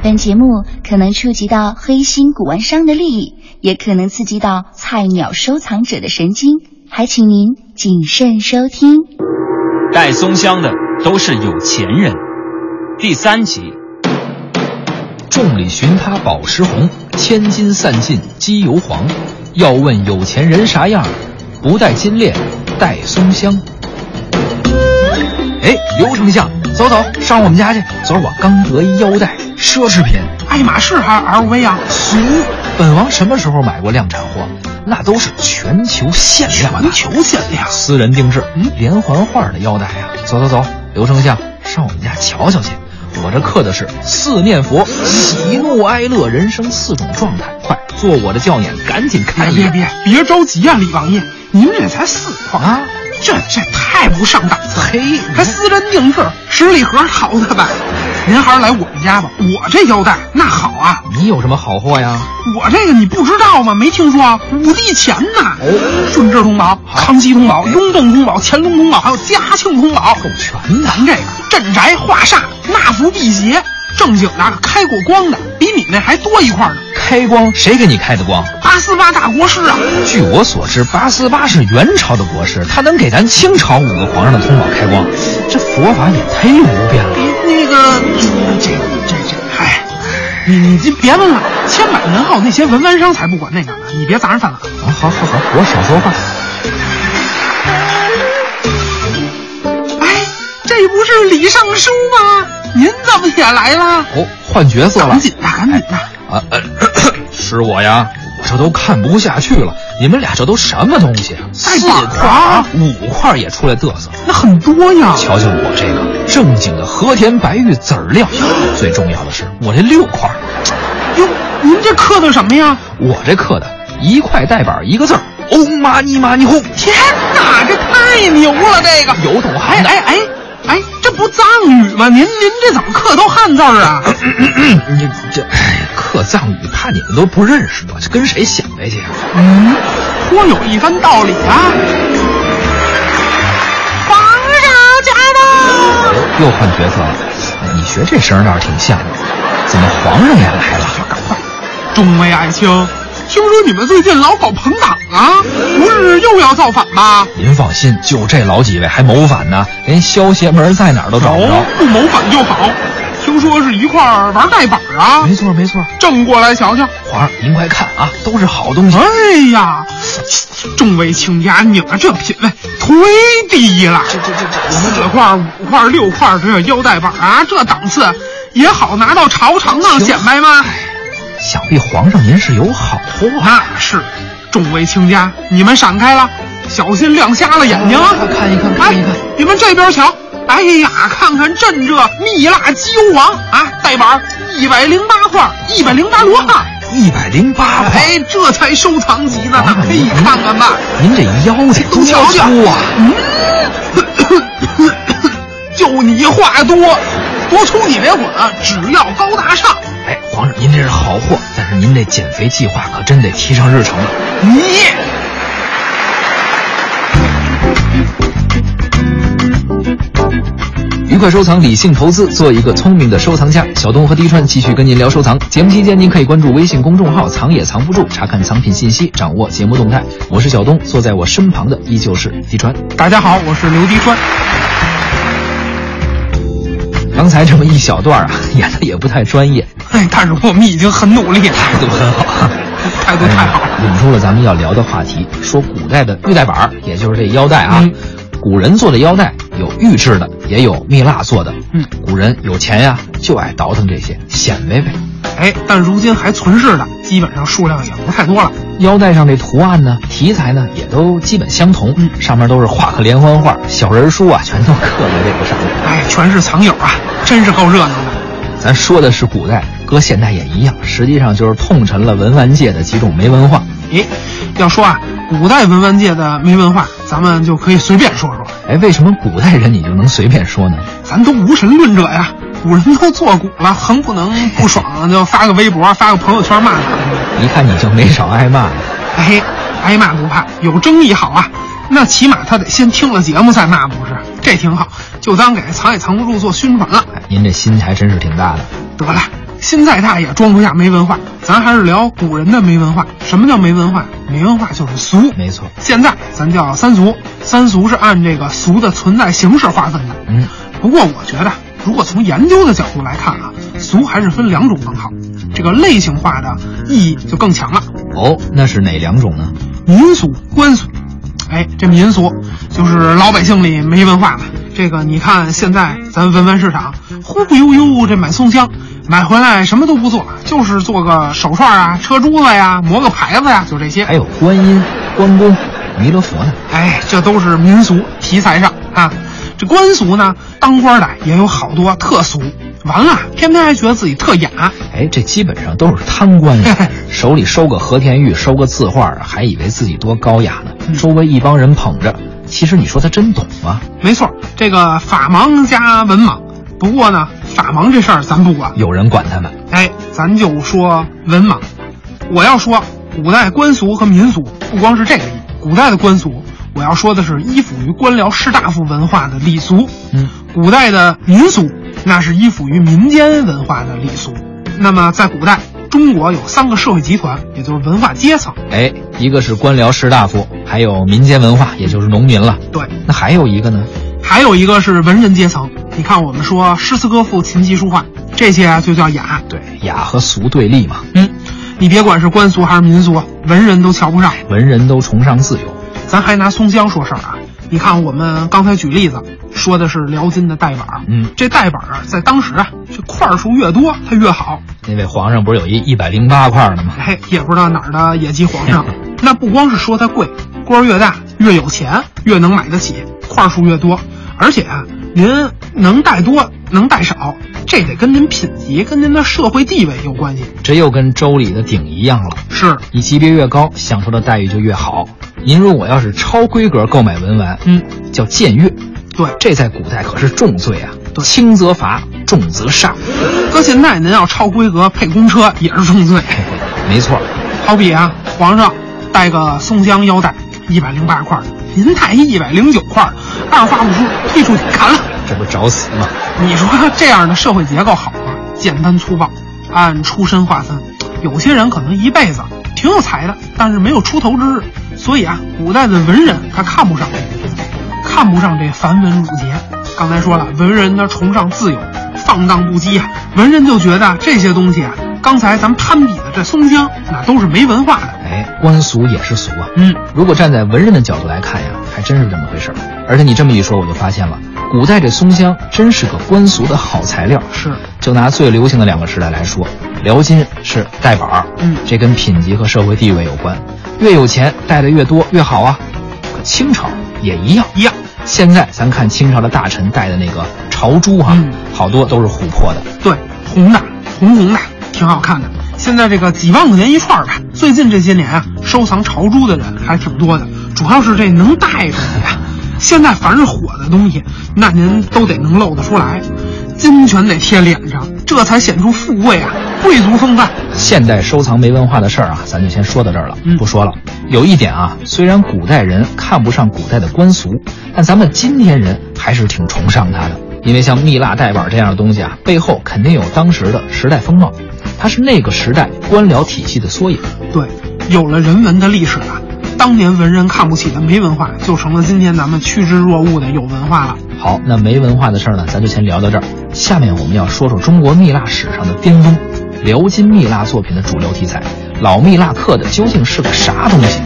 本节目可能触及到黑心古玩商的利益，也可能刺激到菜鸟收藏者的神经，还请您谨慎收听。带松香的都是有钱人。第三集，众里寻他宝石红，千金散尽机油黄。要问有钱人啥样，不带金链，带松香。哎，刘丞相，走走，上我们家去。昨儿我刚得一腰带，奢侈品，爱马仕还是 LV 啊？俗！本王什么时候买过量产货？那都是全球限量的，全球限量私人定制。嗯，连环画的腰带啊！走走走，刘丞相，上我们家瞧瞧去。我这刻的是四念佛，喜怒哀乐人生四种状态。快坐我的轿辇，赶紧看一别眼。哎别别别着急啊，李王爷，您这才四块啊，这这太不上档次了，嘿还私人定制，十里盒好的吧？您还是来我们家吧，我这腰带那好啊，你有什么好货呀？我这个你不知道吗？没听说啊，五帝钱呐，哦顺治通宝、康熙通宝、哎雍正通宝、乾隆通宝，还有嘉庆通宝，够全的咱这个镇宅画煞、纳福辟邪，正经的开过光的，比你那还多一块呢。开光谁给你开的光？八思巴大国师啊，据我所知，八思巴是元朝的国师，他能给咱清朝五个皇上的通宝开光，这佛法也忒无边了。那个，这这这，哎，你你这别问了，千百年后那些文玩商才不管那个呢，你别砸人饭碗。啊，好好好，我少说话。哎，这不是李尚书吗？您怎么也来了？哦，换角色了赶。紧的，赶紧的！啊，呃、咳咳是我呀，我这都看不下去了。你们俩这都什么东西啊？哎四咋块儿、五块儿也出来嘚瑟。那很多呀，瞧瞧我这个正经的和田白玉籽儿料，最重要的是我这六块儿，哟，您这刻的什么呀？我这刻的一块带板一个字儿，哦妈尼妈尼哄，天哪，这太牛了！这个，有懂哎还来。哎哎哎，这不藏语吗？您您这怎么刻都汉字儿啊？你这哎，刻藏语怕你们都不认识我，这跟谁显摆去啊？嗯，颇有一番道理啊。皇上驾到！哎又换角色了，你学这声儿倒是挺像的，怎么皇上也来了？啊众位爱卿，听说你们最近老搞朋党啊，不是又要造反吧？您放心，就这老几位还谋反呢，连消邪门在哪儿都找不着哦。，不谋反就好。听说是一块儿玩代板啊没，错没错，正过来瞧瞧。皇上您快看啊，都是好东西。哎呀，众位卿家，你们这品味忒低了！这这这这，四块、五块、六块这腰带板啊，这档次也好拿到朝堂上显摆吗？想必皇上您是有好货。那是，众位卿家，你们闪开了，小心亮瞎了眼睛啊！看一看，哎看一看，，你们这边瞧，哎呀，看看朕这蜜蜡鸡油王啊，带板一百零八块，一百零八罗汉，一百零八块。哎，这才收藏级呢皇上，可以您看看吧。您这腰得多都瞧瞧粗啊！嗯 就你话多，多出你别管，只要高大上。哎，皇上您这是好货，但是您这减肥计划可真得提上日程了。你愉快收藏，理性投资，做一个聪明的收藏家。小东和滴川继续跟您聊收藏。节目期间，您可以关注微信公众号“藏也藏不住”，查看藏品信息，掌握节目动态。我是小东，坐在我身旁的依旧是滴川。大家好，我是刘迪川。刚才这么一小段啊，演的也不太专业，哎，但是我们已经很努力了，态态度很好啊，态度太好哎了。引出了咱们要聊的话题，说古代的玉带板儿，也就是这腰带啊。嗯古人做的腰带有玉制的，也有蜜蜡做的。嗯，古人有钱呀、就爱倒腾这些显摆呗。哎，但如今还存世的，基本上数量也不太多了。腰带上这图案呢、题材呢，也都基本相同，嗯上面都是画个连环画，小人书啊，全都刻在这个上面。哎，全是藏友啊，真是够热闹的。咱说的是古代，搁现代也一样，实际上就是痛陈了文玩界的几种没文化。咦，要说啊，古代文玩界的没文化，咱们就可以随便说说，哎，为什么古代人你就能随便说呢？咱都无神论者呀，古人都做古了，横不能不爽就发个微博、发个朋友圈骂他。一看你就没少挨骂呀。哎，挨骂不怕，有争议好啊。那起码他得先听了节目再骂，不是？这挺好，就当给藏也藏不住做宣传了。哎您这心还真是挺大的。得了，心再大也装不下没文化，咱还是聊古人的没文化。什么叫没文化？没文化就是俗。没错，现在咱叫三俗，三俗是按这个俗的存在形式划分的。嗯，不过我觉得，如果从研究的角度来看啊，俗还是分两种更好，这个类型化的意义就更强了。哦，那是哪两种呢？民俗、官俗。哎，这民俗就是老百姓里没文化嘛。这个你看，现在咱文玩市场忽忽悠悠这买松香，买回来什么都不做，就是做个手串啊、车珠子呀、磨个牌子呀，就这些。还有观音、关公、弥勒佛呢。哎，这都是民俗题材上啊。这官俗呢，当官的也有好多特俗，完了偏偏还觉得自己特雅。哎，这基本上都是贪官呀嘿 嘿，手里收个和田玉，收个字画，还以为自己多高雅呢，周围一帮人捧着。其实你说他真懂吗？没错，这个法盲加文盲。不过呢，法盲这事儿咱不管，有人管他们。哎，咱就说文盲。我要说古代官俗和民俗，不光是这个意义。古代的官俗，我要说的是依附于官僚士大夫文化的礼俗。嗯，古代的民俗，那是依附于民间文化的礼俗。那么在古代，中国有三个社会集团，也就是文化阶层。哎，一个是官僚士大夫，还有民间文化，也就是农民了。对，那还有一个呢？还有一个是文人阶层。你看，我们说诗词歌赋、琴棋书画这些啊，就叫雅。对，雅和俗对立嘛，嗯，你别管是官俗还是民俗，啊文人都瞧不上。文人都崇尚自由。咱还拿松香说事儿啊。你看，我们刚才举例子说的是辽金的带碗儿，嗯这带碗儿在当时啊，这块儿数越多它越好。那位皇上不是有一一百零八块的吗？哎，也不知道哪儿的野鸡皇上。那不光是说它贵，官儿越大越有钱，越能买得起，块儿数越多。而且啊，您能带多能带少，这得跟您品级、跟您的社会地位有关系。这又跟州里的鼎一样了，是，你级别越高，享受的待遇就越好。您如果要是超规格购买文玩，嗯，叫僭越，对。这在古代可是重罪啊，对轻则罚，重则杀。搁现在您要超规格配公车也是重罪。没错，好比啊，皇上带个松香腰带，一百零八块儿，您带一百零九块儿，二话不说推出去砍了。这不找死吗？你说这样的社会结构好吗？简单粗暴，按出身划分，有些人可能一辈子挺有才的，但是没有出头之日，所以啊，古代的文人他看不上这个，看不上这繁文缛节。刚才说了，文人他崇尚自由，放荡不羁啊，文人就觉得这些东西啊，刚才咱们攀比的这松江，那都是没文化的。哎，官俗也是俗啊。嗯，如果站在文人的角度来看呀，还真是这么回事儿。而且你这么一说，我就发现了，古代这松香真是个官俗的好材料。是就拿最流行的两个时代来说，辽金是带板儿，嗯这跟品级和社会地位有关，越有钱带的越多越好啊。可清朝也一样，一样。现在咱看清朝的大臣戴的那个朝珠哈、嗯好多都是琥珀的。对，红的，红红的，挺好看的。现在这个几万块钱一串儿吧，最近这些年啊，收藏朝珠的人还挺多的，主要是这能戴出来呀。现在凡是火的东西，那您都得能露得出来，金全得贴脸上，这才显出富贵啊，贵族风范。现代收藏没文化的事儿啊，咱就先说到这儿了，嗯不说了。有一点啊，虽然古代人看不上古代的官俗，但咱们今天人还是挺崇尚它的，因为像蜜蜡带碗这样的东西啊，背后肯定有当时的时代风貌，它是那个时代官僚体系的缩影。对，有了人文的历史啊，当年文人看不起的没文化，就成了今天咱们趋之若鹜的有文化了。好，那没文化的事儿呢，咱就先聊到这儿。下面我们要说说中国蜜蜡史上的巅峰——辽金蜜蜡作品的主流题材。老蜜蜡刻的究竟是个啥东西？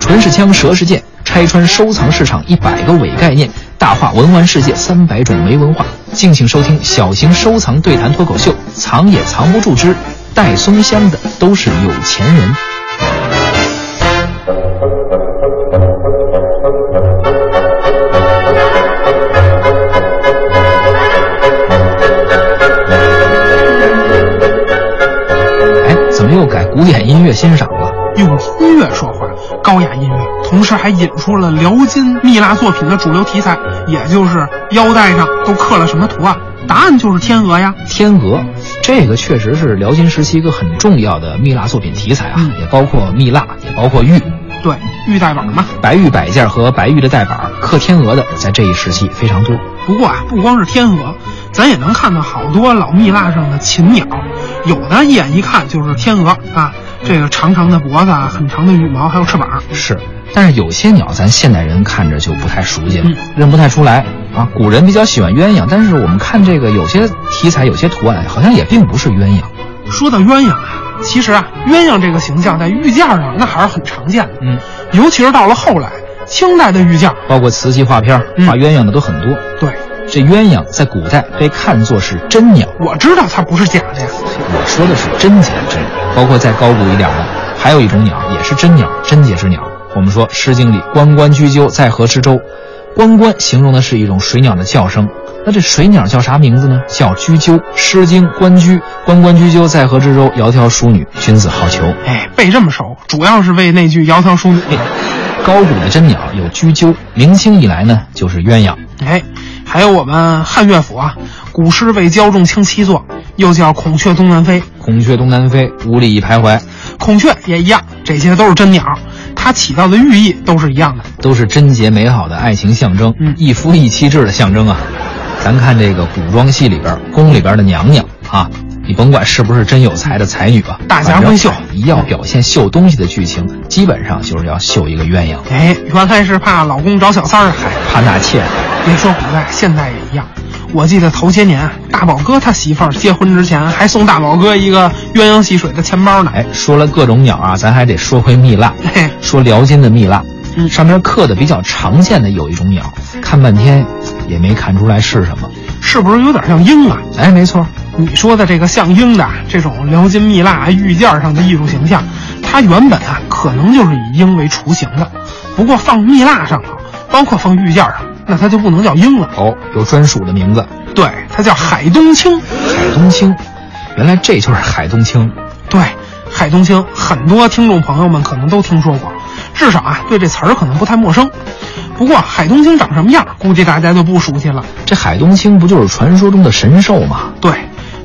唇是枪，舌是剑，拆穿收藏市场一百个伪概念，大话文玩世界三百种没文化。敬请收听小型收藏对谈脱口秀《藏也藏不住之带松香的都是有钱人》。 Thank you. 哎古典音乐欣赏了。用音乐说话，高雅音乐，同时还引出了辽金蜜蜡作品的主流题材，也就是腰带上都刻了什么图案？啊答案就是天鹅呀。天鹅，这个确实是辽金时期一个很重要的蜜蜡作品题材啊，嗯也包括蜜蜡，也包括玉。对，玉带碗嘛。白玉摆件和白玉的带板，刻天鹅的在这一时期非常多。不过啊，不光是天鹅，咱也能看到好多老蜜蜡上的禽鸟，有的一眼一看就是天鹅啊，这个长长的脖子啊，很长的羽毛，还有翅膀。是，但是有些鸟咱现代人看着就不太熟悉了，嗯认不太出来啊。古人比较喜欢鸳鸯，但是我们看这个有些题材、有些图案，好像也并不是鸳鸯。说到鸳鸯啊，其实啊，鸳鸯这个形象在玉件上那还是很常见的，嗯，尤其是到了后来，清代的玉件，包括瓷器画片儿嗯画鸳鸯的都很多。对这鸳鸯在古代被看作是真鸟，我知道它不是假的呀。我说的是真节之鸟，包括再高古一点的，还有一种鸟也是真鸟，真节之鸟。我们说《诗经》里“关关雎鸠，在河之洲”，关关形容的是一种水鸟的叫声。那这水鸟叫啥名字呢？叫雎鸠。《诗经·关雎》“关关雎鸠，在河之洲，窈窕淑女，君子好逑哎，背这么熟，主要是为那句“窈窕淑女”。”。高古的真鸟有雎鸠，明清以来呢就是鸳鸯。哎，还有我们汉乐府啊，古诗为焦仲卿七作，又叫《孔雀东南飞》。孔雀东南飞，五里一徘徊，孔雀也一样，这些都是真鸟，它起到的寓意都是一样的。都是贞洁美好的爱情象征，嗯一夫一妻制的象征啊。咱看这个古装戏里边，宫里边的娘娘啊，你甭管是不是真有才的才女吧，大家闺秀反正一要表现秀东西的剧情，基本上就是要秀一个鸳鸯，哎，原来是怕老公找小三儿啊。怕纳妾。别说古代，现代也一样。我记得头些年啊，大宝哥他媳妇儿结婚之前还送大宝哥一个鸳鸯戏水的钱包呢。哎，说了各种鸟啊，咱还得说回蜜 蜡，嘿说辽金的蜜蜡，嗯上面刻的比较常见的有一种鸟，看半天也没看出来是什么。是不是有点像鹰啊？哎，没错，你说的这个像鹰的这种辽金蜜蜡玉件上的艺术形象，它原本啊可能就是以鹰为雏形的，不过放蜜蜡上头，包括放玉件上，那它就不能叫鹰了，哦，有专属的名字，对，它叫海东青。海东青，原来这就是海东青。对，海东青，很多听众朋友们可能都听说过，至少啊对这词儿可能不太陌生。不过海东青长什么样，估计大家就不熟悉了。这海东青不就是传说中的神兽吗？对，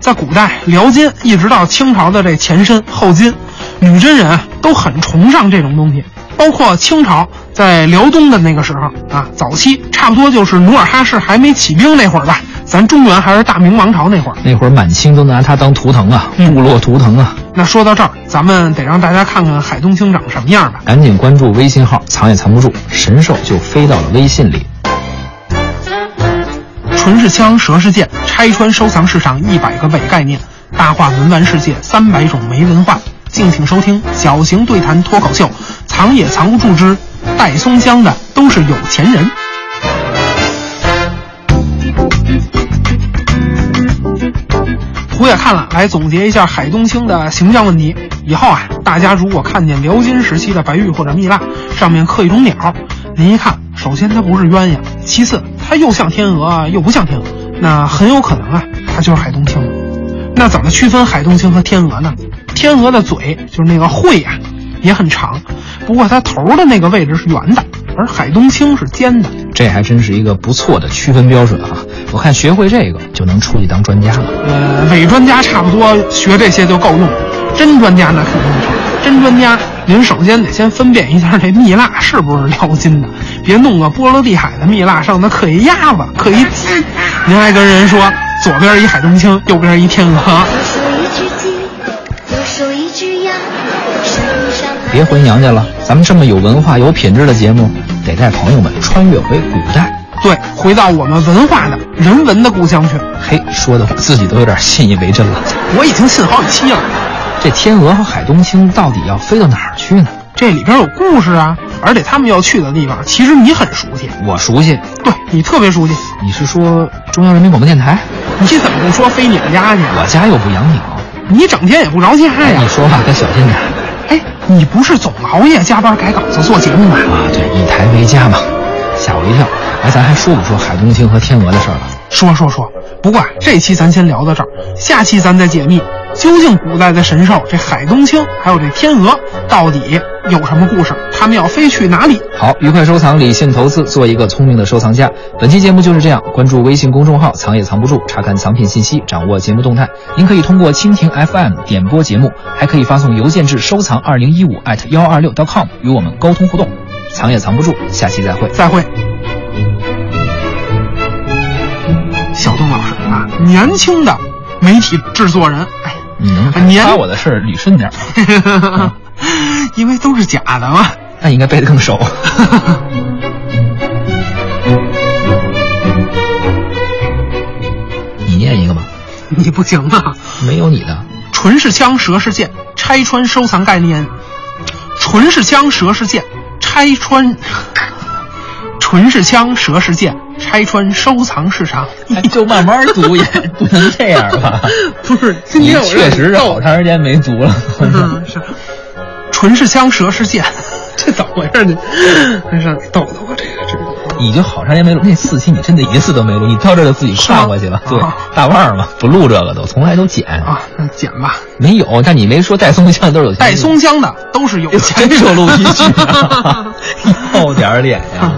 在古代辽金一直到清朝的这前身后金，女真人啊都很崇尚这种东西，包括清朝在辽东的那个时候啊，早期差不多就是努尔哈赤还没起兵那会儿吧，咱中原还是大明王朝那会儿。那会儿满清都拿它当图腾啊，部落图腾啊！那说到这儿，咱们得让大家看看海东青长什么样吧。赶紧关注微信号“藏也藏不住”，神兽就飞到了微信里。唇是枪，舌是剑，拆穿收藏市场一百个伪概念，大话文玩世界三百种没文化。敬请收听小型对谈脱口秀，藏也藏不住之带松香的都是有钱人。胡也看了，来总结一下海东青的形象问题。以后啊，大家如果看见辽金时期的白玉或者蜜蜡上面刻一种鸟，您一看，首先它不是鸳鸯，其次它又像天鹅啊又不像天鹅，那很有可能啊，它就是海东青了。那怎么区分海东青和天鹅呢？天鹅的嘴就是那个喙呀、也很长，不过它头的那个位置是圆的，而海东青是尖的。这还真是一个不错的区分标准啊！我看学会这个就能出去当专家了。呃，伪专家差不多学这些就够用，真专家那肯定不成。真专家，您首先得先分辨一下这蜜蜡是不是辽金的，别弄个波罗的海的蜜蜡上头刻一鸭子，刻一鸡，您还跟人说左边一海东青，右边一天鹅。左手一只鸡，右手一只鸭，山上还别回娘家了，咱们这么有文化、有品质的节目，得带朋友们穿越回古代。对，回到我们文化的人文的故乡去，嘿，说的我自己都有点信以为真了。我已经信好几期了。这天鹅和海东青到底要飞到哪儿去呢？这里边有故事啊，而且他们要去的地方，其实你很熟悉，我熟悉，对你特别熟悉。你是说中央人民广播电台？你怎么不说非你们家去啊？我家又不养鸟。你整天也不着家哎，呀你？说话可小心点儿哎，你不是总熬夜加班改稿子做节目吗？啊！对，以台为家嘛，吓我一跳。哎，咱还说不说海东青和天鹅的事儿了？说说说，不过啊这期咱先聊到这儿，下期咱再解密究竟古代的神兽这海东青还有这天鹅到底有什么故事？它们要飞去哪里？好，愉快收藏，理性投资，做一个聪明的收藏家。本期节目就是这样，关注微信公众号“藏也藏不住”，查看藏品信息，掌握节目动态。您可以通过蜻蜓 FM 点播节目，还可以发送邮件至收藏二零一五 at 幺二六 .com 与我们沟通互动。藏也藏不住，下期再会。再会。小东老师啊，年轻的媒体制作人，哎， 嗯，年夸我的事儿捋顺点儿，因为都是假的嘛。那应该背得更 熟。你念一个吧，你不行啊，没有你的，唇是枪，舌是剑，拆穿收藏概念。唇是枪，舌是剑，拆穿。唇是枪，舌是剑，拆穿收藏市场。哎就慢慢读也不能这样吧。 不是，今你天我让确你实是逗好长时间没读了。嗯，是，唇是枪，舌是剑，这怎么回事？你 真是逗逗我这个这个。你就好长时间没录，那四期你真的一次都没录，你到这儿就自己跨过去了。是对吗啊，大腕儿嘛，不录这个都，从来都剪。啊，那剪吧。没有，但你没说带松香都是有钱带人 松香的都是有 哎呦钱真人 有录一句啊，厚点儿脸呀、